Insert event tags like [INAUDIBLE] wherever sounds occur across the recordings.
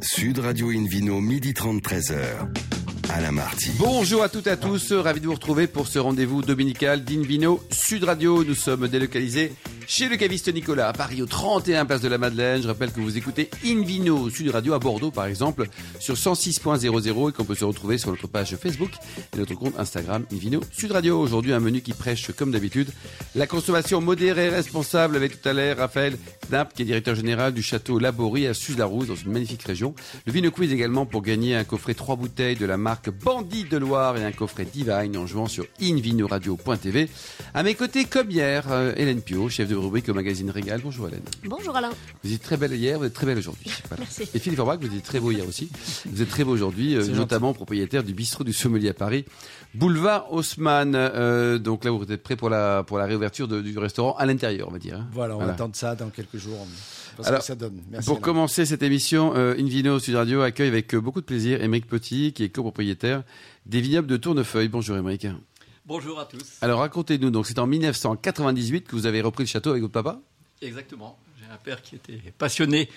Sud Radio Invino, midi 30, 13h. Alain Marty. Bonjour à toutes et à tous, ravi de vous retrouver pour ce rendez-vous dominical d'Invino Sud Radio. Nous sommes délocalisés chez le caviste Nicolas à Paris au 31 place de la Madeleine. Je rappelle que vous écoutez Invino Sud Radio à Bordeaux par exemple sur 106.00 et qu'on peut se retrouver sur notre page Facebook et notre compte Instagram Invino Sud Radio. Aujourd'hui un menu qui prêche comme d'habitude la consommation modérée et responsable avec tout à l'heure Raphaël Knapp qui est directeur général du château Laborie à Suze-la-Rousse dans une magnifique région. Le Vino Quiz également pour gagner un coffret trois bouteilles de la marque Bandit de Loire et un coffret Divine en jouant sur invinoradio.tv. À mes côtés, comme hier, euh, Hélène Pio, chef de rubrique au magazine Régal. Bonjour Hélène. Bonjour Alain. Vous étiez très belle hier, vous êtes très belle aujourd'hui. Voilà. Merci. Et Philippe Orbach, vous étiez très beau hier aussi. Vous êtes très beau aujourd'hui, euh, notamment propriétaire du bistrot du Sommelier à Paris, boulevard Haussmann. Euh, donc là, vous êtes prêt pour la, pour la réouverture de- du restaurant à l'intérieur, on va dire. hein. Voilà, on Voilà. attend de ça dans quelques jours. Parce Alors, que ça donne. Merci. Pour Alain. commencer cette émission, euh, Invino Sud Radio accueille avec euh, beaucoup de plaisir Émeric Petit, qui est copropriétaire des vignobles de Tournefeuille. Bonjour Émeric. Bonjour à tous. Alors racontez-nous, donc c'est en 1998 que vous avez repris le château avec votre papa Exactement. J'ai un père qui était passionné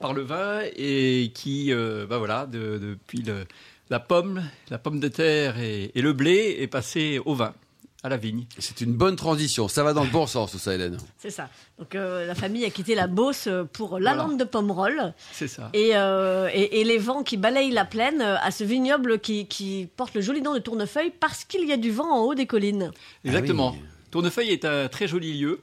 par le vin et qui, euh, bah voilà, de- depuis le- la pomme, la pomme de terre et, et le blé est passé au vin, à la vigne. C'est une bonne transition, ça va dans le bon sens tout ça Hélène. C'est ça. Donc euh, la famille a quitté la Beauce euh, pour la Voilà. lande de Pomerol C'est ça. et, euh, et, et les vents qui balayent la plaine euh, à ce vignoble qui, qui porte le joli nom de Tournefeuille parce qu'il y a du vent en haut des collines. Exactement. Ah oui. Tournefeuille est un très joli lieu,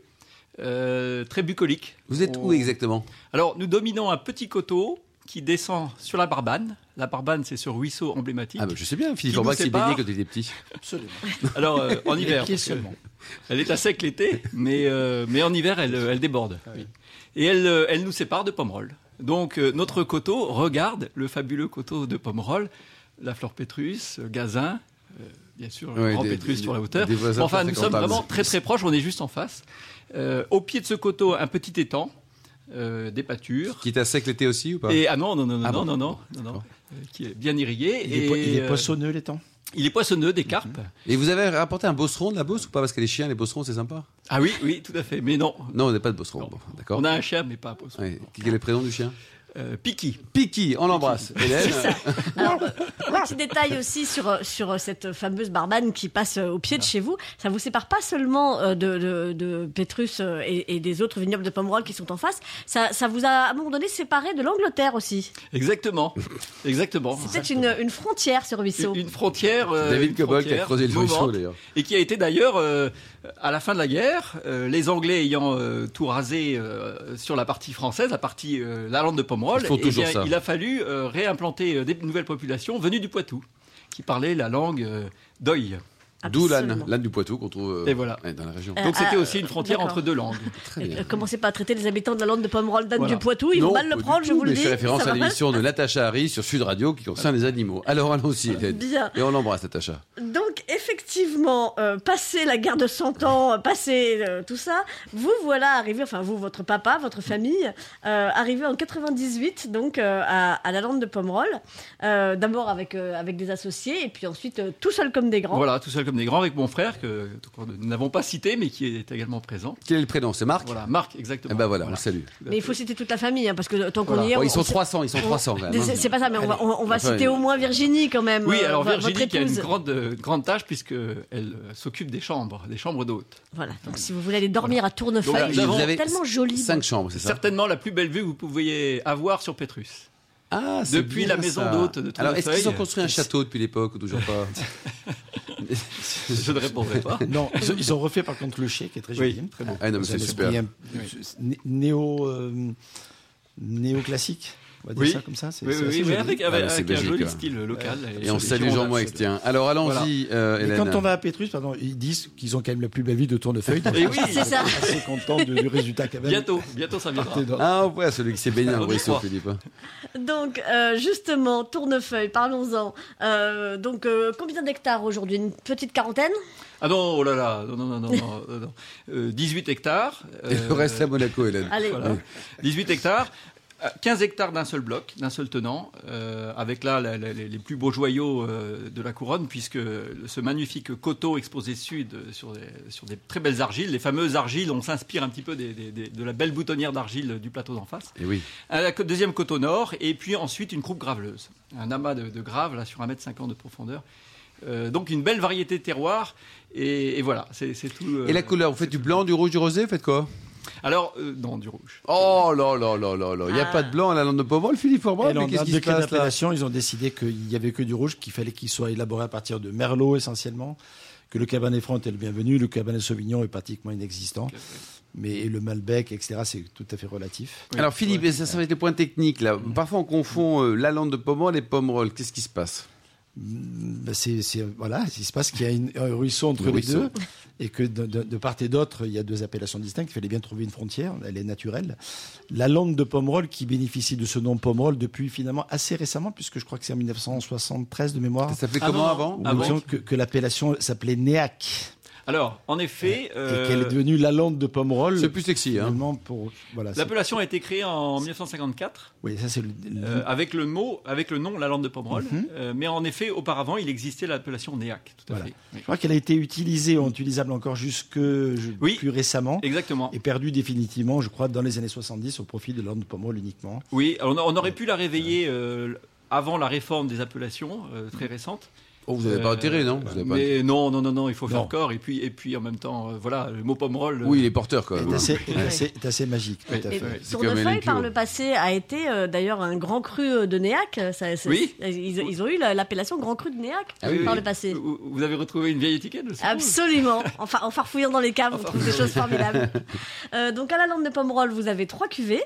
euh, très bucolique. Vous êtes On- où exactement Alors, nous dominons un petit coteau qui descend sur la Barbane. La Barbane, c'est ce ruisseau emblématique. Ah bah, je sais bien, Philippe Qui Orbach nous s'est baigné sépare quand il était petit. Absolument. Alors, euh, en hiver. pieds parce que- seulement. Elle est à sec l'été, mais, euh, mais en hiver, elle, elle déborde. Ah oui. Et elle, euh, elle nous sépare de Pomerol. Donc, euh, notre coteau regarde le fabuleux coteau de Pomerol, la fleur Pétrus, euh, Gazin, euh, bien sûr, le Ouais, grand des- Pétrus des- sur la hauteur. des voisins Enfin, très nous sommes fréquentables. vraiment très très proches, on est juste en face. Euh, au pied de ce coteau, un petit étang, euh, des pâtures. Qui était à sec l'été aussi ou pas Et, ah non, non, non, non, Ah non, bon. non, non, non, non, D'accord. euh, qui est bien irrigué. Il, et, est, po- il est euh, poissonneux les temps. il est poissonneux, des carpes. Et vous avez rapporté un bosseron de la Beauce ou pas Parce que les chiens, les bosserons, c'est sympa. Ah oui, oui, tout à fait, mais non. Non, on n'est pas de bosseron, Non. bon, d'accord. On a un chien, mais pas un poisson. Ouais. Quel est le prénom du chien Euh, Piki. Piki, on l'embrasse. Hélène, Alors, [LAUGHS] euh, petit détail aussi sur, euh, sur euh, cette fameuse barbane qui passe euh, au pied de chez vous. Ça vous sépare pas seulement euh, de, de, de Pétrus euh, et, et des autres vignobles de Pomerol qui sont en face. Ça, ça vous a à un moment donné séparé de l'Angleterre aussi. [LAUGHS] Exactement, exactement. C'est peut-être une, une frontière, ce ruisseau. Une- une frontière. euh, David une Cobol qui a frontière creusé le ruisseau mouvante, d'ailleurs. Et qui a été d'ailleurs, euh, à la fin de la guerre, euh, les Anglais ayant euh, tout rasé euh, sur la partie française, la partie euh, la lande de Pomerol, Ils font eh toujours bien, ça. il a fallu euh, réimplanter euh, des nouvelles populations venues du Poitou, qui parlaient la langue euh, d'Oï. D'où l'âne, Ah, Absolument. l'âne du Poitou qu'on trouve euh, Et voilà. ouais, dans la région. Euh, Donc c'était ah, aussi une frontière d'accord. entre [LAUGHS] deux langues. Très bien. Euh, Commencez pas à traiter les habitants de la lande de Pomerol d'Anne Voilà. du Poitou, ils Non, vont mal pas le du prendre, je tout, vous le mais dis. Je fais référence Ça à va mal l'émission de Natacha Harry sur Sud Radio qui concerne les animaux. Alors allons-y, Hélène. Bien. Et on l'embrasse, Natacha. Donc effectivement, euh, passé la guerre de 100 ans, euh, passé euh, tout ça, vous voilà arrivé, enfin vous, votre papa, votre famille, euh, arrivé en 98 donc euh, à, à la lande de Pomerol, euh, d'abord avec, euh, avec des associés et puis ensuite euh, tout seul comme des grands. Voilà, tout seul comme des grands, avec mon frère, que que nous n'avons pas cité, mais qui est également présent. Quel est le prénom C'est Marc Voilà, Marc, exactement. Eh ben voilà, on le salue. Mais il faut citer toute la famille, hein, parce que euh, tant qu'on Voilà. y est... Bon, on- ils sont on- 300, ils sont 300 quand même. hein. on- C'est c'est pas ça, mais on va, on- on va Enfin, euh, citer au moins Virginie quand même. Oui, euh, alors vo- votre Virginie qui a une épouse. grande, euh, grande tâche puisque elle euh, s'occupe des chambres, des chambres d'hôtes. Voilà, donc si vous voulez aller dormir à Voilà, Tournefeuille, nous avons- c'est tellement joli. 5 chambres, c'est ça Certainement la plus belle vue que vous pouviez avoir [LAUGHS] sur Pétrus. Ah, c'est Depuis bien la maison ça. d'hôte de Alors, est-ce qu'ils ont Tournefeuille. construit un château depuis l'époque ou toujours pas Je ne répondrai pas. Non, ils, ont- ils ont refait par contre le chien qui est très joli. hein. très bon. Ah non, mais Vous c'est avez super. pris un- né- Néo, euh, néo-classique, on va dire Oui. ça comme ça. c'est- Oui, c'est oui, assez oui, mais joli. avec, Ah, avec- mais c'est avec un Belgique, joli hein. style local. euh, Et on joli salue chambre. Jean Moix Extien. Alors, allons-y, euh, Et Hélène. quand on va à Pétrus, pardon, ils disent qu'ils ont quand même la plus belle vie de Tournefeuille. donc Et oui, C'est ça. ils sont assez contents du, du résultat quand même. bientôt, bientôt ça viendra. Partez dans- Ah ouais, celui qui s'est baigné dans le On y ruisseau, croit. Philippe. hein. Donc, euh, justement, tournefeuille, parlons-en. Euh, donc, euh, combien d'hectares aujourd'hui Une petite quarantaine Ah non, oh là là, non, non, non, non, non, non, non. Euh, 18 hectares. Et le euh, euh, reste à Monaco, Hélène. [LAUGHS] Allez, Voilà. 18 hectares. euh, 15 hectares d'un seul bloc, d'un seul tenant, euh, avec là la- la- les les plus beaux joyaux euh, de la couronne, puisque ce magnifique coteau exposé sud euh, sur des, sur des très belles argiles, les fameuses argiles, on s'inspire un petit peu des- des- des- de la belle boutonnière d'argile du plateau d'en face. Et Eh oui. Un- la côte- deuxième côte au nord, et puis ensuite une croupe graveleuse, un amas de, de graves là sur 1m50 de profondeur. Euh, donc une belle variété de terroirs, et, et voilà, c'est c'est tout. euh, Et la couleur, vous faites du blanc, du rouge, du rosé, vous faites quoi Alors, euh, non, du rouge. Oh là là là là là, il n'y a Ah. pas de blanc à la lande de Pauvrol, Philippe Forbon, Et mais dans qu'est-ce le qui se décret passe là d'appellation, ils ont décidé qu'il n'y avait que du rouge, qu'il fallait qu'il soit élaboré à partir de Merlot essentiellement, que le Cabernet Franc est le bienvenu, le Cabernet Sauvignon est pratiquement inexistant, mais et le Malbec, etc., c'est tout à fait relatif. Alors Philippe, et ça, ça va être le point technique là. Parfois on confond euh, la lande de Pauvrol et Pomerol, qu'est-ce qui se passe Ben, c'est, c'est- voilà, il se passe qu'il y a une- un ruisseau entre Le les ruisseau. deux, et que de, de- de part et d'autre, il y a deux appellations distinctes. Il fallait bien trouver une frontière, elle est naturelle. La lande de Pomerol, qui bénéficie de ce nom Pomerol depuis finalement assez récemment, puisque je crois que c'est en 1973 de mémoire, Ça fait Avant. comment avant où Ah nous bon disions que, que l'appellation s'appelait Néac. Alors, en effet, et euh, qu'elle est devenue la lande de Pomerol. C'est plus sexy hein. finalement pour voilà. c'est- l'appellation a été créée en 1954 Oui, ça c'est le, Mhm. le- euh, avec le mot, avec le nom la lande de Pomerol. Mhm. Euh, mais en effet, auparavant, il existait l'appellation Néac. Tout à Voilà. fait. Oui. Je crois qu'elle a été utilisée, ou utilisable encore jusque je- Oui. plus récemment, Exactement. et perdue définitivement, je crois, dans les années 70 au profit de lande de Pomerol uniquement. Oui, on, on aurait pu la réveiller euh, avant la réforme des appellations euh, très récente. Oh, vous n'avez pas Euh, intérêt non Vous avez pas- Mais non, non, non, non, il faut Non. faire corps. Et puis, et puis en même temps, euh, voilà, le mot Pomerol. euh, Oui, il est porteur quand Elle même. hein. est assez, est assez- est assez magique, tout Oui. à Et- fait. C'est comme Hélène Tournefeuille, Pio. par le passé, a été euh, d'ailleurs un grand cru euh, de Néac. Ça, c'est- Oui. Ils, ils ont eu la- l'appellation grand cru de Néac Ah oui, par oui. le passé. vous, vous avez retrouvé une vieille étiquette je suppose Absolument. Enfin, en farfouillant dans les caves, on trouve des choses formidables. Euh, donc, à la lande de Pomerol, vous avez trois cuvées.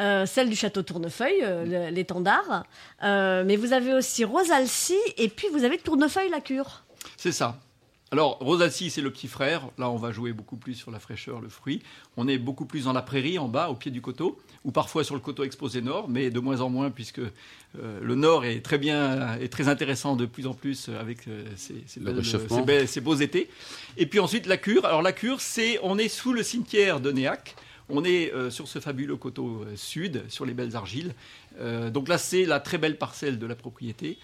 Euh, celle du château Tournefeuille, euh, le- l'étendard. Euh, mais vous avez aussi Rosalcy et puis vous avez Tournefeuille la cure. C'est ça. Alors, Rosassi, c'est le petit frère. Là, on va jouer beaucoup plus sur la fraîcheur, le fruit. On est beaucoup plus dans la prairie, en bas, au pied du coteau, ou parfois sur le coteau exposé nord, mais de moins en moins, puisque euh, le nord est très bien, est très intéressant de plus en plus euh, avec euh, ces, ces Le belles- réchauffement. ces belles- ces beaux étés. Et puis ensuite, la cure. Alors, la cure, c'est, on est sous le cimetière de Néac. On est euh, sur ce fabuleux coteau euh, sud, sur les belles argiles. Euh, donc là, c'est la très belle parcelle de la propriété.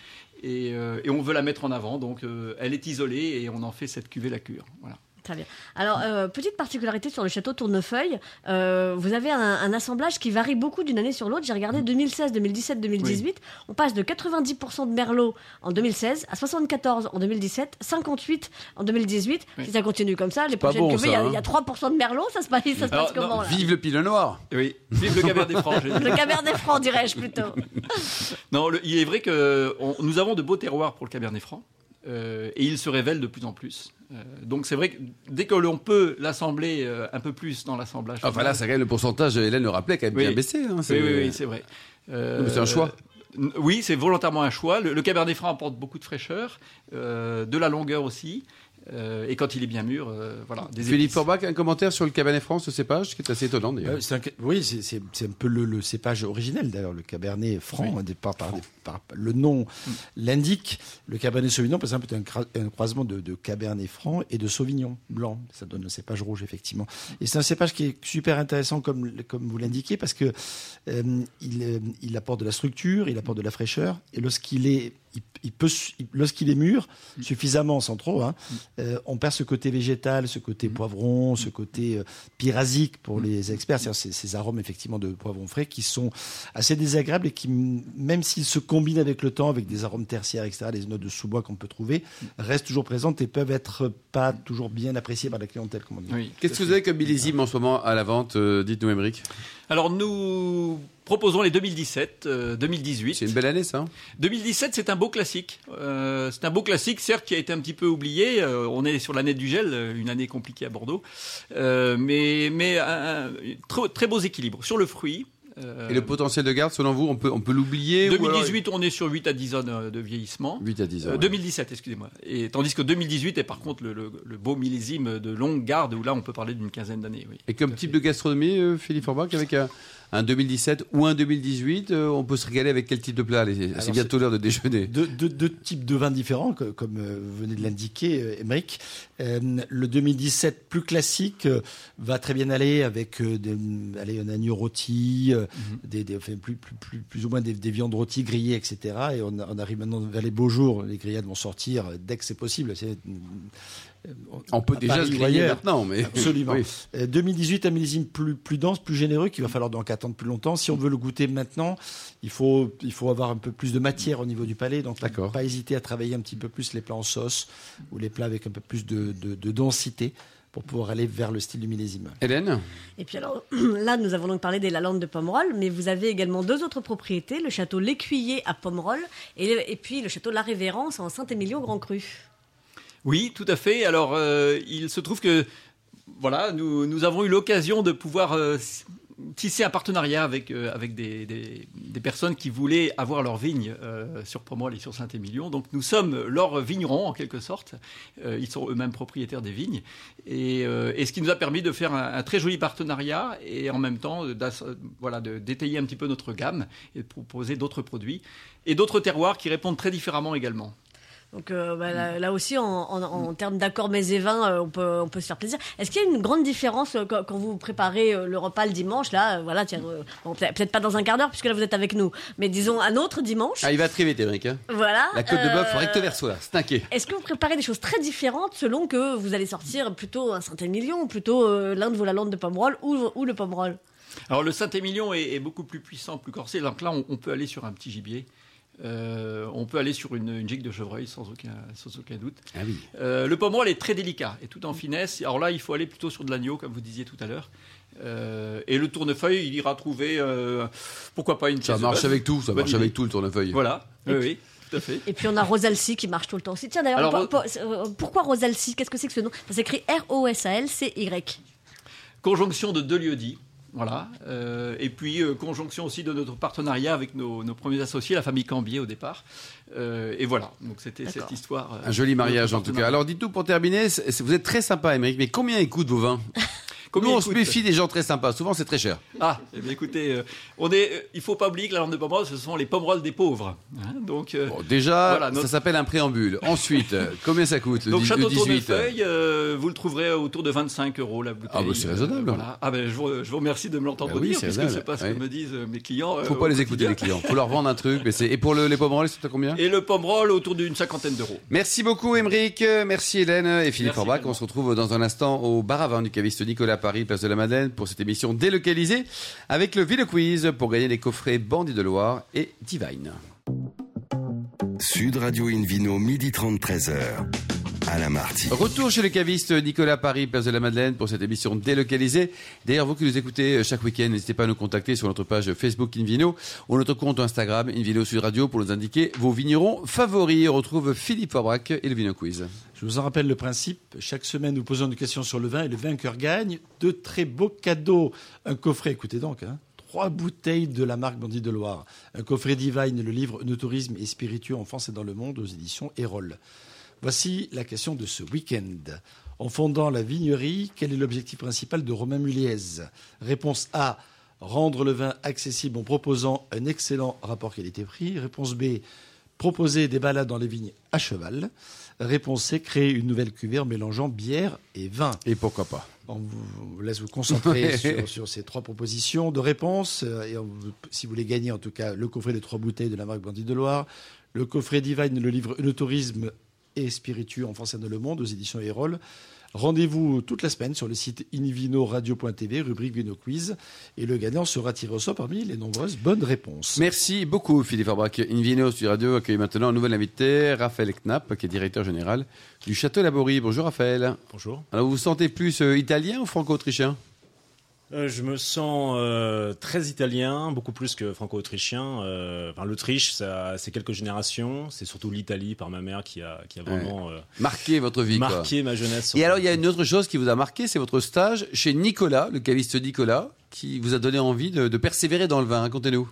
Et, euh, et on veut la mettre en avant. Donc euh, elle est isolée et on en fait cette cuvée la cure. Voilà. Très bien. Alors, euh, petite particularité sur le château Tournefeuille, euh, vous avez un, un assemblage qui varie beaucoup d'une année sur l'autre. J'ai regardé Mm. 2016, 2017, 2018. On passe de 90% de Merlot en 2016 à 74 en 2017, 58 en 2018. Oui. Si ça continue comme ça, les pas prochaines bon, cuvées, il y a- ça, hein. il y, a 3% de Merlot, ça se passe, ça se Alors, passe non, comment là Vive le Pinot Noir Et oui, vive le Cabernet des Francs. je [LAUGHS] dis. Le Cabernet Franc, dirais-je plutôt. Non, le- il est vrai que on- nous avons de beaux terroirs pour le Cabernet Franc euh, et il se révèle de plus en plus. Euh, donc c'est vrai que dès que l'on peut l'assembler euh, un peu plus dans l'assemblage. Ah, Enfin là, ça quand même le pourcentage, Hélène le rappelait, quand même Oui. bien baissé. hein, Oui, c'est- oui, oui, c'est vrai. Euh, Non, mais c'est un choix. n- Oui, c'est volontairement un choix. Le, le Cabernet Franc apporte beaucoup de fraîcheur, euh, de la longueur aussi, euh, et quand il est bien mûr, euh, voilà. Des Philippe épices. Forbach, un commentaire sur le Cabernet France, ce cépage, qui est assez étonnant d'ailleurs. Euh, c'est un ca- oui, c'est- c'est c'est un peu le, le cépage originel d'ailleurs, le Cabernet Franc, hein, des- par, par- des- par- le nom l'indique. Le Cabernet Sauvignon, par exemple, est un, cra- un croisement de, de Cabernet Franc et de Sauvignon blanc. Ça donne le cépage rouge, effectivement. Et c'est un cépage qui est super intéressant, comme, comme vous l'indiquez, parce que euh, il, euh, il apporte de la structure, il apporte de la fraîcheur, et lorsqu'il est il, il peut, su- il- lorsqu'il est mûr, suffisamment, sans trop, hein, euh, on perd ce côté végétal, ce côté poivron, ce côté euh, pyrasique pour les experts, c'est-à-dire ces, ces arômes effectivement de poivron frais qui sont assez désagréables et qui, m- même s'ils se combinent avec le temps, avec des arômes tertiaires, etc., les notes de sous-bois qu'on peut trouver, restent toujours présentes et peuvent être pas toujours bien appréciées par la clientèle, comme on dit. Oui. Qu'est-ce que vous avez comme millésime en ce moment à la vente euh, Dites-nous, Émeric. Alors nous proposons les 2017, euh, 2018. C'est une belle année, ça. hein 2017, c'est un beau classique. Euh, c'est un beau classique, certes, qui a été un petit peu oublié. Euh, on est sur l'année du gel, euh, une année compliquée à Bordeaux, Euh, mais mais un- un- très, très beaux équilibres sur le fruit. euh, Et le potentiel de garde, selon vous, on peut, on peut l'oublier ou alors- 2018, on est sur 8 à 10 zones euh, de vieillissement. 8 à 10 ans. Euh, ouais. 2017, excusez-moi. Et tandis que 2018 est par contre le, le- le beau millésime de longue garde où là on peut parler d'une quinzaine d'années. Oui. Et comme Tout à type fait. de gastronomie, euh, Philippe Forbach, avec un, un 2017 ou un 2018, euh, on peut se régaler avec quel type de plat Allez, C'est Alors, bientôt l'heure de déjeuner. Deux, deux- deux types de vins différents, co- comme euh, vous venez de l'indiquer, euh, Émeric. Euh, le 2017 plus classique euh, va très bien aller avec euh, des, allez, un agneau rôti, euh, des, des- enfin, plus, plus, plus, plus ou moins des, des viandes rôties grillées, etc. Et on, on arrive maintenant vers les beaux jours. Les grillades vont sortir euh, dès que c'est possible. C'est- On peut à déjà Paris se ou griller ailleurs. maintenant, mais Absolument. Oui. Euh, 2018, un millésime plus, plus dense, plus généreux, qu'il va falloir donc attendre plus longtemps. Si on veut le goûter maintenant, il faut, il faut avoir un peu plus de matière au niveau du palais. Donc, D'accord. pas hésiter à travailler un petit peu plus les plats en sauce ou les plats avec un peu plus de, de- de densité pour pouvoir aller vers le style du millésime. Hélène, Et puis alors, [CLEARS THROAT] là, nous avons donc parlé des Lalandes de Pomerol, mais vous avez également deux autres propriétés, le château L'Écuyer à Pomerol et, et puis le château La Révérence en Saint-Émilion-Grand-Cru. Oui, tout à fait. Alors, euh, il se trouve que voilà, nous, nous avons eu l'occasion de pouvoir euh, tisser un partenariat avec, euh, avec des, des- des personnes qui voulaient avoir leur vigne euh, sur Pomerol et sur Saint-Émilion. Donc, nous sommes leurs vignerons, en quelque sorte. Euh, ils sont eux-mêmes propriétaires des vignes. Et, euh, et ce qui nous a permis de faire un, un très joli partenariat et en même temps euh, d'ass- euh, voilà, de détailler un petit peu notre gamme et de proposer d'autres produits et d'autres terroirs qui répondent très différemment également. Donc euh, bah, Mm. là, là aussi, en, en- en termes d'accords mets et vins, euh, on, peut, on peut se faire plaisir. Est-ce qu'il y a une grande différence euh, quand, quand vous préparez euh, le repas le dimanche Là, euh, voilà, tiens, euh, bon, peut- peut-être pas dans un quart d'heure, puisque là, vous êtes avec nous, mais disons un autre dimanche. ah, il va très vite, Eric. hein. Voilà. La côte de bœuf, euh, recto verso, là, c'est inquiet. Est-ce que vous préparez des choses très différentes selon que vous allez sortir plutôt un Saint-Émilion ou plutôt euh, l'un de vos Lalandes de Pomerol ou, ou le Pomerol Alors le Saint-Émilion est, est beaucoup plus puissant, plus corsé. Donc là, on, on peut aller sur un petit gibier. Euh, on peut aller sur une, une gigue de chevreuil sans aucun, sans aucun doute. Ah oui. Euh, le pommerol est très délicat et tout en finesse. Alors là, il faut aller plutôt sur de l'agneau, comme vous disiez tout à l'heure. Euh, et le tournefeuille, il ira trouver, euh, pourquoi pas une Ça pièce de marche bœuf. avec tout, ça Bonne marche idée. avec tout le tournefeuille. Voilà, oui, [LAUGHS] oui, tout à fait. Et puis on a Rosalcy qui marche tout le temps aussi. Tiens d'ailleurs, Alors, pour- pour- euh, pourquoi Rosalcy Qu'est-ce que c'est que ce nom Ça s'écrit R-O-S-A-L-C-Y. Conjonction de deux lieux-dits. Voilà. Euh, et puis, euh, conjonction aussi de notre partenariat avec nos, nos premiers associés, la famille Cambier au départ. Euh, et voilà. Donc, c'était D'accord. cette histoire. euh, Un joli mariage en tout cas. Alors dites-nous pour terminer, c'est- c'est- vous êtes très sympa, Émeric, mais combien coûtent vos [LAUGHS] vins Nous, Combien on il se coûte méfie des gens très sympas. Souvent, c'est très cher. Ah, eh bien, écoutez, euh, on est, euh, il faut pas oublier que la lampe de Pomerol, ce sont les Pomerol des pauvres. hein. donc, euh, Bon, déjà, Voilà, notre- ça s'appelle un préambule. Ensuite, euh, combien ça coûte le, donc dix- le Château 18 Tournefeuille, euh, vous le trouverez autour de 25 euros la bouteille. Ah, bah, c'est raisonnable. Euh, voilà. Ah, ben, je, vous, je vous remercie de me l'entendre Bah oui, dire, c'est puisque raisonnable, c'est pas ce oui. que me disent euh, mes clients. euh, Faut pas au les écouter, quotidien. les clients. Faut leur vendre un truc. Mais c'est... Et pour le, les pommes c'est à combien Et le Pomerol autour d'une cinquantaine d'euros. Merci beaucoup, Émeric. Merci, Hélène et Philippe Merci, Orbach. Clément. On se retrouve dans un instant au bar à vin du caviste Nicolas Paris, place de la Madeleine, pour cette émission délocalisée avec le Ville Quiz pour gagner les coffrets Bandit de Loire et Divine. Sud Radio Invino, midi 30, 13h. À la Marty. Retour chez le caviste Nicolas Paris, place de la Madeleine, pour cette émission délocalisée. D'ailleurs, vous qui nous écoutez euh, chaque week-end, n'hésitez pas à nous contacter sur notre page Facebook Invino ou notre compte Instagram Invino Sud Radio pour nous indiquer vos vignerons favoris. On retrouve Philippe Fabrac et le Vino Quiz. Je vous en rappelle le principe. Chaque semaine, nous posons une question sur le vin et le vainqueur gagne de très beaux cadeaux. Un coffret, écoutez donc, hein, trois bouteilles de la marque Bandit de Loire. Un coffret Divine, le livre Nos tourisme et spiritueux en France et dans le monde aux éditions Erol. Voici la question de ce week-end. En fondant la vignerie, quel est l'objectif principal de Romain Muliez Réponse A. Rendre le vin accessible en proposant un excellent rapport qualité-prix. Réponse B. Proposer des balades dans les vignes à cheval. Réponse C. Créer une nouvelle cuvée en mélangeant bière et vin. Et pourquoi pas On vous vous laisse vous concentrer sur, sur ces trois propositions de réponse. euh, Et on vous- si vous voulez gagner, en tout cas, le coffret de trois bouteilles de la marque Bandit de Loire, le coffret Divine, le livre Le tourisme et spiritueux en français dans le monde aux éditions Erol. Rendez-vous toute la semaine sur le site invinoradio.tv, rubrique Vino Quiz. Et le gagnant sera tiré au sort parmi les nombreuses bonnes réponses. Merci beaucoup Philippe Fabrac. Invino Sud Radio accueille maintenant un nouvel invité, Raphaël Knapp, qui est directeur général du Château Laborie. Bonjour Raphaël. Bonjour. Alors vous vous sentez plus euh, italien ou franco-autrichien Euh, je me sens euh, très italien, beaucoup plus que franco-autrichien. Euh, enfin, L'Autriche, ça- c'est quelques générations. C'est surtout l'Italie par ma mère qui a, qui a vraiment euh, Marquez votre vie. quoi. marqué ma jeunesse. Et alors, il y a une autre chose qui vous a marqué, c'est votre stage chez Nicolas, le caviste Nicolas, qui vous a donné envie de, de persévérer dans le vin. Racontez-nous.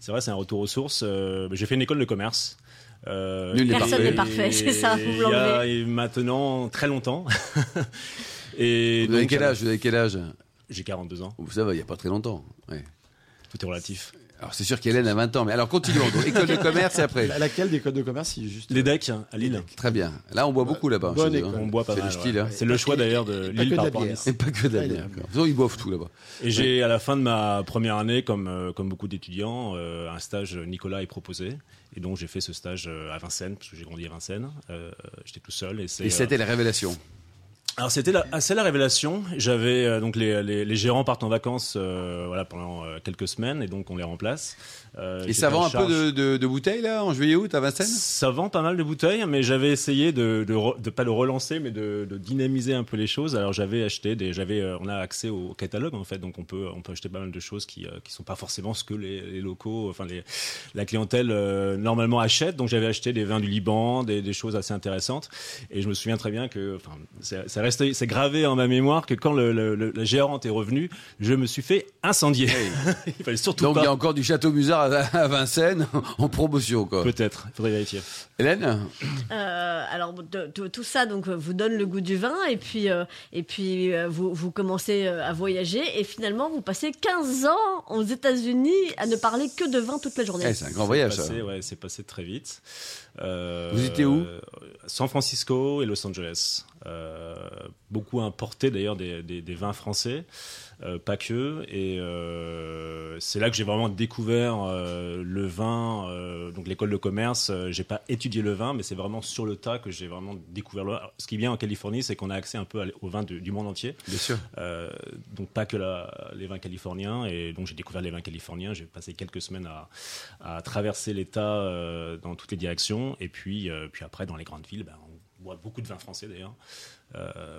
C'est vrai, c'est un retour aux sources. Euh, j'ai fait une école de commerce. Euh, Nul n'est et- Personne n'est parfait, [LAUGHS] c'est ça, vous et il y l'enlevez. a- et maintenant très longtemps. [LAUGHS] et Vous avez donc, euh, quel âge Vous avez quel âge J'ai 42 ans. Oh, Ça va, il n'y a pas très longtemps. Ouais. tout est relatif. Alors, c'est sûr qu'Hélène a 20 ans, mais alors continuons. Donc, école de commerce et après. À laquelle des codes de commerce si juste Les decks hein, à Lille. Très bien. Là, on boit beaucoup là-bas. Bonne chez eux, école. hein. On boit pas C'est mal. le style, ouais. hein. C'est le choix d'ailleurs de que de Lille la par rapport à bière. Nice. Et pas que de la Allez, bière. d'accord. Ils ont- Ils boivent tout là-bas. Et j'ai, à la fin de ma première année, comme, euh, comme beaucoup d'étudiants, euh, un stage euh, Nicolas est proposé. Et donc, j'ai fait ce stage euh, à Vincennes, parce que j'ai grandi à Vincennes. Euh, J'étais tout seul. Et, c'est, Et euh, c'était la révélation. Alors c'était la, ah, c'est la révélation. J'avais euh, donc les, les, les gérants partent en vacances euh, voilà pendant euh, quelques semaines et donc on les remplace. Euh, Et j'étais ça vend en un peu charge- de, de- de bouteilles là, en juillet-août à Vincennes Ça vend pas mal de bouteilles, mais j'avais essayé de, de, re- de pas le relancer, mais de, de dynamiser un peu les choses. Alors j'avais acheté des, j'avais, euh, on a accès au catalogue en fait, donc on peut, on peut acheter pas mal de choses qui, euh, qui sont pas forcément ce que les, les locaux, enfin les, la clientèle euh, normalement achète. Donc j'avais acheté des vins du Liban, des, des choses assez intéressantes. Et je me souviens très bien que, enfin, c'est- ça reste, c'est gravé en ma mémoire que quand le, le, le- la gérante est revenue, je me suis fait incendier. [LAUGHS] Il fallait surtout Donc il y a pas. encore du Château Musard à, à Vincennes [LAUGHS] en promotion quoi. Peut-être, faudrait vérifier. Hélène Euh, alors de- de- tout ça donc euh, vous donne le goût du vin et puis euh, et puis euh, vous, vous commencez euh, à voyager et finalement vous passez 15 ans aux États-Unis à ne parler que de vin toute la journée. Eh, C'est un grand voyage ça. passé, ouais, c'est passé très vite. Euh, Vous étiez où euh, San Francisco et Los Angeles. Euh, beaucoup importé d'ailleurs des, des- des vins français, euh, pas que. Et euh, c'est là que j'ai vraiment découvert euh, le vin. euh, donc l'école de commerce, euh, j'ai pas étudié le vin, mais c'est vraiment sur le tas que j'ai vraiment découvert le vin. Alors, Ce qui est bien en Californie, c'est qu'on a accès un peu à- au vin du- du monde entier. Bien sûr. Euh, donc pas que la- les vins californiens et donc j'ai découvert les vins californiens j'ai passé quelques semaines à, à traverser l'état euh, dans toutes les directions et puis euh, puis après dans les grandes villes ben, on boit beaucoup de vins français d'ailleurs Euh,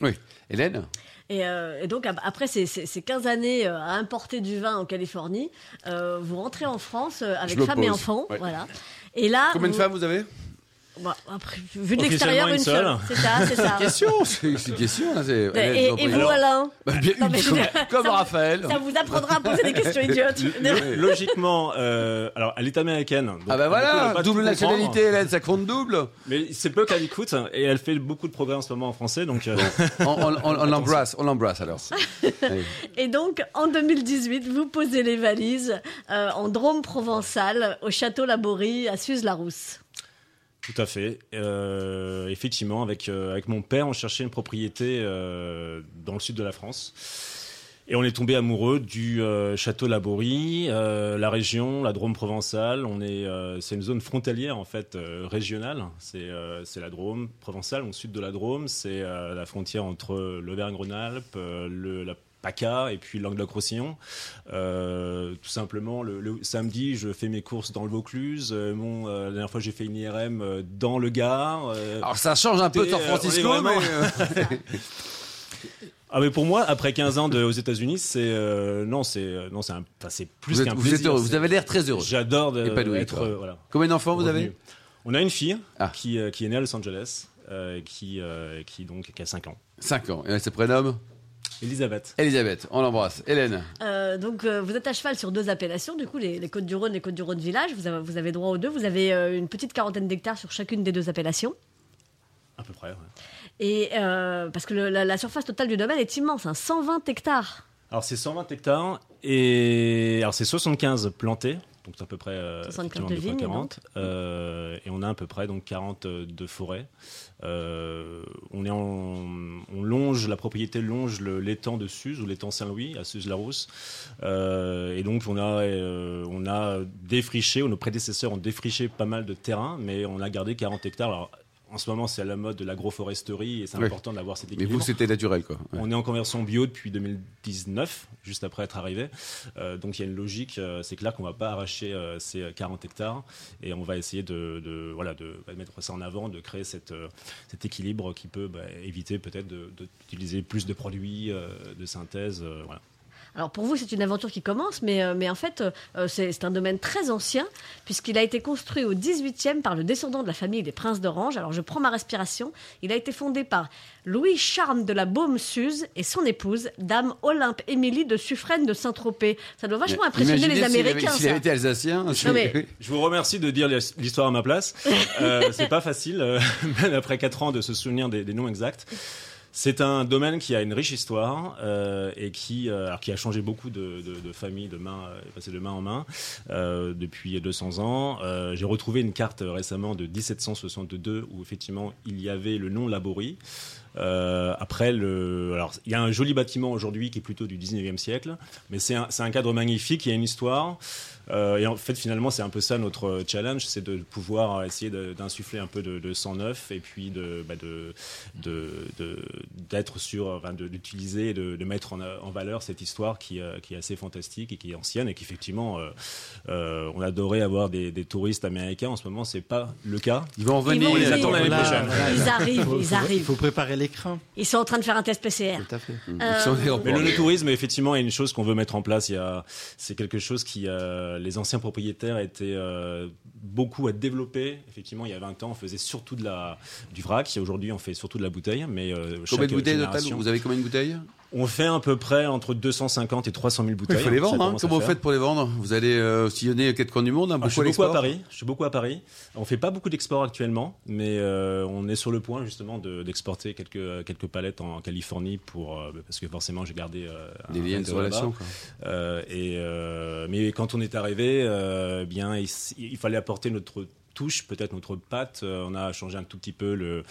Oui. Hélène Et, euh, et donc ap- après ces, ces, ces 15 années euh, à importer du vin en Californie, euh, vous rentrez en France euh, avec Je me femme et pose. enfants, Ouais. voilà. Et là, Combien de vous- femmes vous avez bah, après, vu de Officiellement, l'extérieur, une une seule. seule. C'est ça, c'est ça. Question C'est c'est une question là. c'est- Et, Hélène, Ah. et- je vous en prie. et vous, Alain, Bah, bien Non, une, mais je- comme, comme ça vous- Raphaël. ça vous apprendra à poser des questions idiotes. logiquement euh, alors elle est américaine donc Ah bah du coup, elle va voilà, pas double tout nationalité comprendre. Hélène, ça compte double. mais c'est peu qu'elle écoute et elle fait beaucoup de progrès en ce moment en français donc [LAUGHS] euh, On, on- on- on l'embrasse, on l'embrasse alors. Allez. Et donc, en 2018, vous posez les valises euh, en Drôme provençal, au château Laborie, à Suse-la-Rousse. Tout à fait. Euh, effectivement, avec, euh, avec mon père, on cherchait une propriété euh, dans le sud de la France. Et on est tombé amoureux du euh, château Laborie, euh, la région, la Drôme provençale. On est, euh, c'est une zone frontalière en fait euh, régionale. C'est euh, c'est la Drôme provençale, au sud de la Drôme, c'est euh, la frontière entre l'Auvergne-Rhône-Alpes, euh, le- la PACA et puis l'Angleterre-Roussillon. Euh, tout simplement, le, le samedi, je fais mes courses dans le Vaucluse. Euh, mon, euh, la dernière fois, j'ai fait une IRM euh, dans le Gard. euh. Alors ça change un peu Et, San euh, Francisco, on est vraiment- mais, euh, Ah, mais pour moi, après 15 ans de, aux États-Unis, c'est euh, non, c'est euh, non, c'est un- enfin, c'est plus vous, êtes, qu'un vous êtes plaisir. heureux, c'est- vous avez l'air très heureux. J'adore de- Épanoui, être quoi. euh, voilà. Combien d'enfants vous revenu. avez On a une fille Ah. qui, euh, qui est née à Los Angeles, euh, qui, euh, qui donc qui a 5 ans. 5 ans. Et elle se prénomme Elisabeth. Elisabeth, on l'embrasse. Hélène, Euh, donc, euh, vous êtes à cheval sur deux appellations, du coup, les, les Côtes-du-Rhône, les Côtes-du-Rhône village. Vous avez, vous avez droit aux deux. Vous avez euh, une petite quarantaine d'hectares sur chacune des deux appellations. À peu près. ouais. Et euh, parce que le- la, la surface totale du domaine est immense, hein, 120 hectares. Alors c'est 120 hectares et alors c'est 75 plantés. Donc c'est à peu près euh, 75 de effectivement, à peu près vignes, 40. Euh, et on a à peu près donc 40 de forêt. Euh, on est en, on longe la propriété longe le- l'étang de Suse ou l'étang Saint-Louis à Suse-la-Rousse. Euh, et donc on a euh, on a défriché, ou nos prédécesseurs ont défriché pas mal de terrain, mais on a gardé 40 hectares. Alors, en ce moment, c'est à la mode de l'agroforesterie et c'est Oui. important d'avoir cet mais équilibre. vous c'était naturel quoi. Ouais. On est en conversion bio depuis 2019, juste après être arrivé. Euh, donc il y a une logique, euh, c'est clair qu'on va pas arracher euh, ces euh, 40 hectares et on va essayer de, de- voilà, de bah, mettre ça en avant, de créer cette, euh, cet équilibre qui peut bah, éviter peut-être de- de- d'utiliser plus de produits euh, de synthèse. euh, voilà. Alors, pour vous, c'est une aventure qui commence, mais, euh, mais en fait, euh, c'est c'est un domaine très ancien, puisqu'il a été construit au 18e par le descendant de la famille des princes d'Orange. Alors, je prends ma respiration. Il a été fondé par Louis Charme de la Baume-Suze et son épouse, Dame Olympe Émilie de Suffren de Saint-Tropez. Ça doit vachement impressionner les Imaginez s'il avait- Américains, S'il avait ça. été alsacien, c'est- mais- Je vous remercie de dire l'histoire à [LAUGHS] ma place. Euh, c'est pas facile, euh, même après 4 ans, de se souvenir des, des noms exacts. C'est un domaine qui a une riche histoire euh, et qui, euh, alors qui a changé beaucoup de, de- de familles, de main, euh, est passé de main en main euh, depuis 200 ans. Euh, J'ai retrouvé une carte euh, récemment de 1762 où effectivement il y avait le nom Laborie. Euh, après, le, alors, il y a un joli bâtiment aujourd'hui qui est plutôt du 19e siècle, mais c'est un, c'est un cadre magnifique, il y a une histoire. Euh, et en fait, finalement, c'est un peu ça notre euh, challenge, c'est de pouvoir euh, essayer de- d'insuffler un peu de, de sang neuf et puis de, bah, de, de, de- d'être sûr, enfin, de- d'utiliser, et de, de mettre en, en valeur cette histoire qui, euh, qui est assez fantastique et qui est ancienne et qu'effectivement, euh, euh, on adorait avoir des, des touristes américains. En ce moment, c'est pas le cas. Ils vont en Ils venir. vont on les venir. attend l'année Voilà. prochaine. Ils arrivent, faut- ils Il arrivent. faut préparer l'écran. Ils sont en train de faire un test PCR. Tout à fait. Ils sont Euh, Mais en- le tourisme, effectivement, est une chose qu'on veut mettre en place. Il y a, c'est quelque chose qui, euh, les anciens propriétaires étaient euh, beaucoup à développer. Effectivement, il y a 20 ans, on faisait surtout de la, du vrac. Et Aujourd'hui, on fait surtout de la bouteille. Mais euh, Combien chaque de bouteilles au total génération- Vous avez combien de bouteilles On fait à peu près entre 250 et 300 000 bouteilles. Il faut les Ça vendre. hein. commence à Comment vous faire. faites pour les vendre Vous allez euh, sillonner quatre coins du monde, hein, Alors, je suis beaucoup à beaucoup à l'export. Paris. Je suis beaucoup à Paris. On fait pas beaucoup d'exports actuellement, mais euh, on est sur le point justement de- d'exporter quelques quelques palettes en Californie pour euh, parce que forcément j'ai gardé euh, un Des liens de réseau là-bas. relation. quoi. Euh, et euh, mais quand on est arrivé, euh, bien, il, s- il fallait apporter notre touche, peut-être notre patte. Euh, on a changé un tout petit peu le,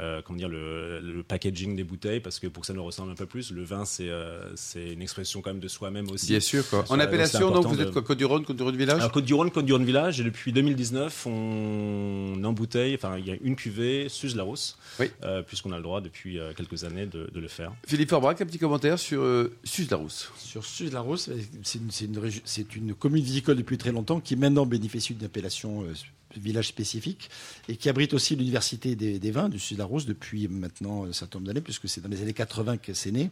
euh, comment dire, le, le packaging des bouteilles parce que pour que ça nous ressemble un peu plus, le vin, c'est euh, c'est une expression quand même de soi-même aussi. Bien sûr. Quoi. En c'est appellation, donc important vous êtes de- Ah. quoi Côte-du-Rhône, Côte-du-Rhône-Village Alors, Côte-du-Rhône, Côte-du-Rhône Village, et depuis 2019, on embouteille, enfin, il y a une cuvée, Suze-Larousse, Oui. euh, puisqu'on a le droit depuis euh, quelques années de, de le faire. Philippe Forbrac, un petit commentaire sur euh, Suze-Larousse. Sur Sud la Rose, c'est une, c'est une régi- c'est une commune viticole depuis très longtemps qui maintenant bénéficie d'une appellation euh, village spécifique et qui abrite aussi l'université des, des vins du Sud la Rose depuis maintenant euh, un certain nombre d'années, puisque c'est dans les années 80 que c'est né.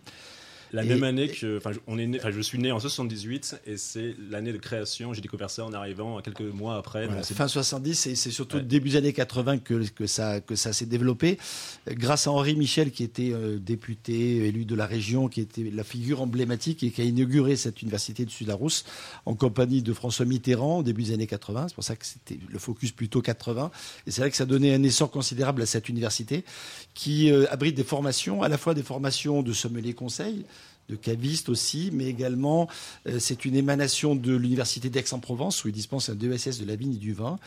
La Et- même année que, enfin, je- on est né- enfin, je suis né en 78 et c'est l'année de création. J'ai découvert ça en arrivant quelques mois après. Voilà, Donc, c'est- fin 70 et c'est surtout Ouais. début des années 80 que, que ça, que ça s'est développé. Euh, Grâce à Henri Michel, qui était euh, député, élu de la région, qui était la figure emblématique et qui a inauguré cette université de Sud-Larousse en compagnie de François Mitterrand au début des années 80. C'est pour ça que c'était le focus plutôt 80. Et c'est vrai que ça donnait un essor considérable à cette université qui euh, abrite des formations, à la fois des formations de sommelier conseil, de cavistes aussi, mais également euh, c'est une émanation de l'université d'Aix-en-Provence où ils dispensent un DESS de la vigne et du vin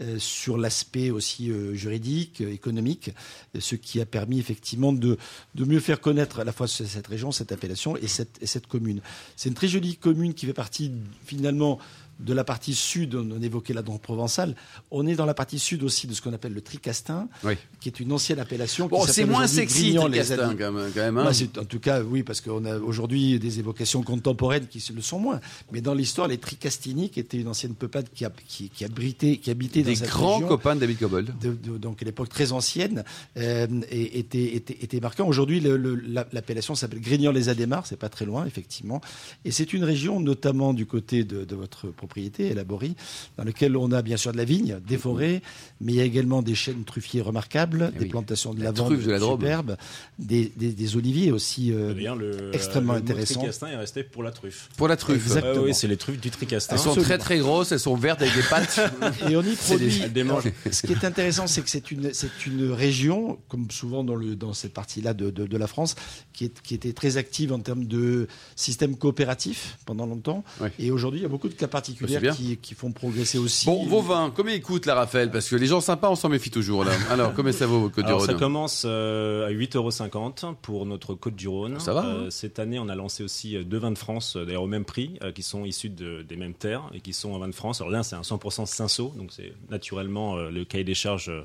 euh, sur l'aspect aussi euh, juridique, euh, économique, euh, ce qui a permis effectivement de, de mieux faire connaître à la fois ce- cette région, cette appellation et cette, et cette commune. C'est une très jolie commune qui fait partie finalement de la partie sud, on on évoquait la Drôme provençale, on est dans la partie sud aussi de ce qu'on appelle le Tricastin, Oui. qui est une ancienne appellation. qui Oh, Bon, s'appelle c'est moins aujourd'hui sexy, Grignan, le les castin, amis. quand même. Quand même hein. Bah, c'est- en tout cas, oui, parce qu'on a aujourd'hui des évocations contemporaines qui se- le sont moins. Mais dans l'histoire, les Tricastini, qui était une ancienne peuplade qui, a- qui, qui abritait, qui habitait Des dans cette grands région, copains de David Cobold. de- de- donc à l'époque très ancienne, euh, et, était, était, était marquant. Aujourd'hui, le- le- la- l'appellation s'appelle Grignan-les-Adémars, c'est pas très loin, effectivement. Et c'est une région, notamment du côté de, de votre propriété, Elaborie, dans laquelle on a bien sûr de la vigne, des forêts, mais il y a également des chênes truffiers remarquables, Eh des oui. plantations de La lavande truffe de la Drôme. superbes, des, des, des oliviers aussi. euh, D'ailleurs, le, extrêmement le mot intéressant. Tricastin est resté pour la truffe. Pour la truffe. Exact. Exactement. Ah oui, c'est les truffes du Tricastin. Elles sont Absolument. très très grosses, elles sont vertes avec des [LAUGHS] pattes. et on y C'est produit. des- Elles démangent. Ce qui est intéressant, c'est que c'est une, c'est une région, comme souvent dans, le, dans cette partie-là de, de- de la France, qui, est, qui était très active en termes de système coopératif pendant longtemps. Ouais. Et aujourd'hui, il y a beaucoup de cas Bah, c'est bien. particuliers qui, qui font progresser aussi. Bon, vos vins, combien ils coûtent, la Raphaël Parce que les gens sympas, on s'en méfie toujours, là. Alors, combien ça vaut, Côte du Alors, ça Rhône commence euh, à 8,50€ pour notre Côte du Rhône. Ça va, hein Cette année, on a lancé aussi euh, deux vins de France, euh, d'ailleurs au même prix, euh, qui sont issus de- des mêmes terres et qui sont en vin de France. Alors l'un, c'est un 100% cinceau, donc c'est naturellement euh, le cahier des charges euh,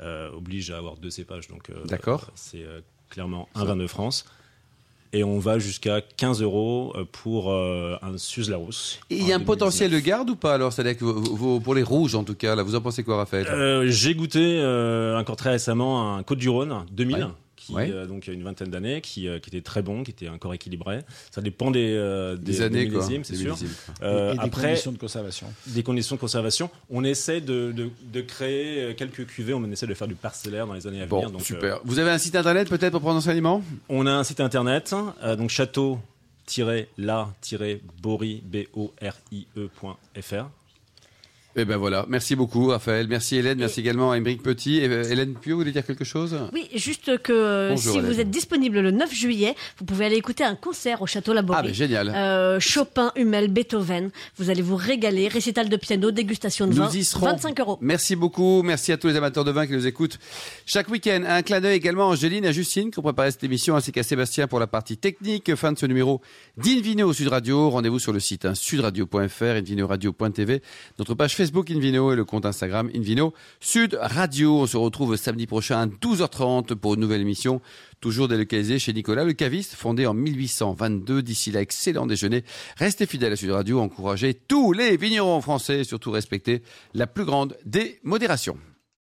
euh, oblige à avoir deux cépages. Donc, euh, D'accord. euh, C'est euh, clairement un vin de France. Et on va jusqu'à 15 euros euh, pour euh, un Suze Larousse. Et il y a un potentiel de garde ou pas, alors C'est-à-dire que vos- vos- pour les rouges, en tout cas, là, vous en pensez quoi, Raphaël Euh, J'ai goûté euh, encore très récemment un Côte du Rhône 2000. Ouais. Qui, Ouais. euh, donc il y a une vingtaine d'années, qui, euh, qui était très bon, qui était encore équilibré. Ça dépend des, euh, des, Des années, des quoi. millésimes, c'est Des sûr. millésimes, quoi. Euh, et des après, conditions de conservation. des conditions de conservation, on essaie de, de- de créer euh, quelques cuvées, on essaie de faire du parcellaire dans les années à venir. Bon, donc, euh, super. Vous avez un site internet, peut-être, pour prendre enseignement On a un site internet, euh, donc E château-la-bori.fr. Et ben voilà, merci beaucoup Raphaël, merci Hélène, merci également à Émeric Petit. Et, euh, Hélène Pio, vous voulez dire quelque chose Oui, juste que euh, Bonjour, si vous Hélène. êtes disponible le 9 juillet, vous pouvez aller écouter un concert au Château Laborie. Ah ben génial. Euh, Chopin, Hummel, Beethoven. Vous allez vous régaler. Récital de piano, dégustation de vin. Nous y serons. 25 euros. Merci beaucoup. Merci à tous les amateurs de vin qui nous écoutent chaque week-end. Un clin d'œil également à Angéline, à Justine qui ont préparé cette émission, ainsi qu'à Sébastien pour la partie technique. Fin de ce numéro d'Invino Sud Radio. Rendez-vous sur le site hein, sudradio.fr, invinoradio.tv, notre page Facebook Invino et le compte Instagram Invino Sud Radio. On se retrouve samedi prochain à 12h30 pour une nouvelle émission, toujours délocalisée chez Nicolas Le Caviste, fondé en 1822. D'ici là, excellent déjeuner. Restez fidèles à Sud Radio, encouragez tous les vignerons français et surtout respectez la plus grande des modérations.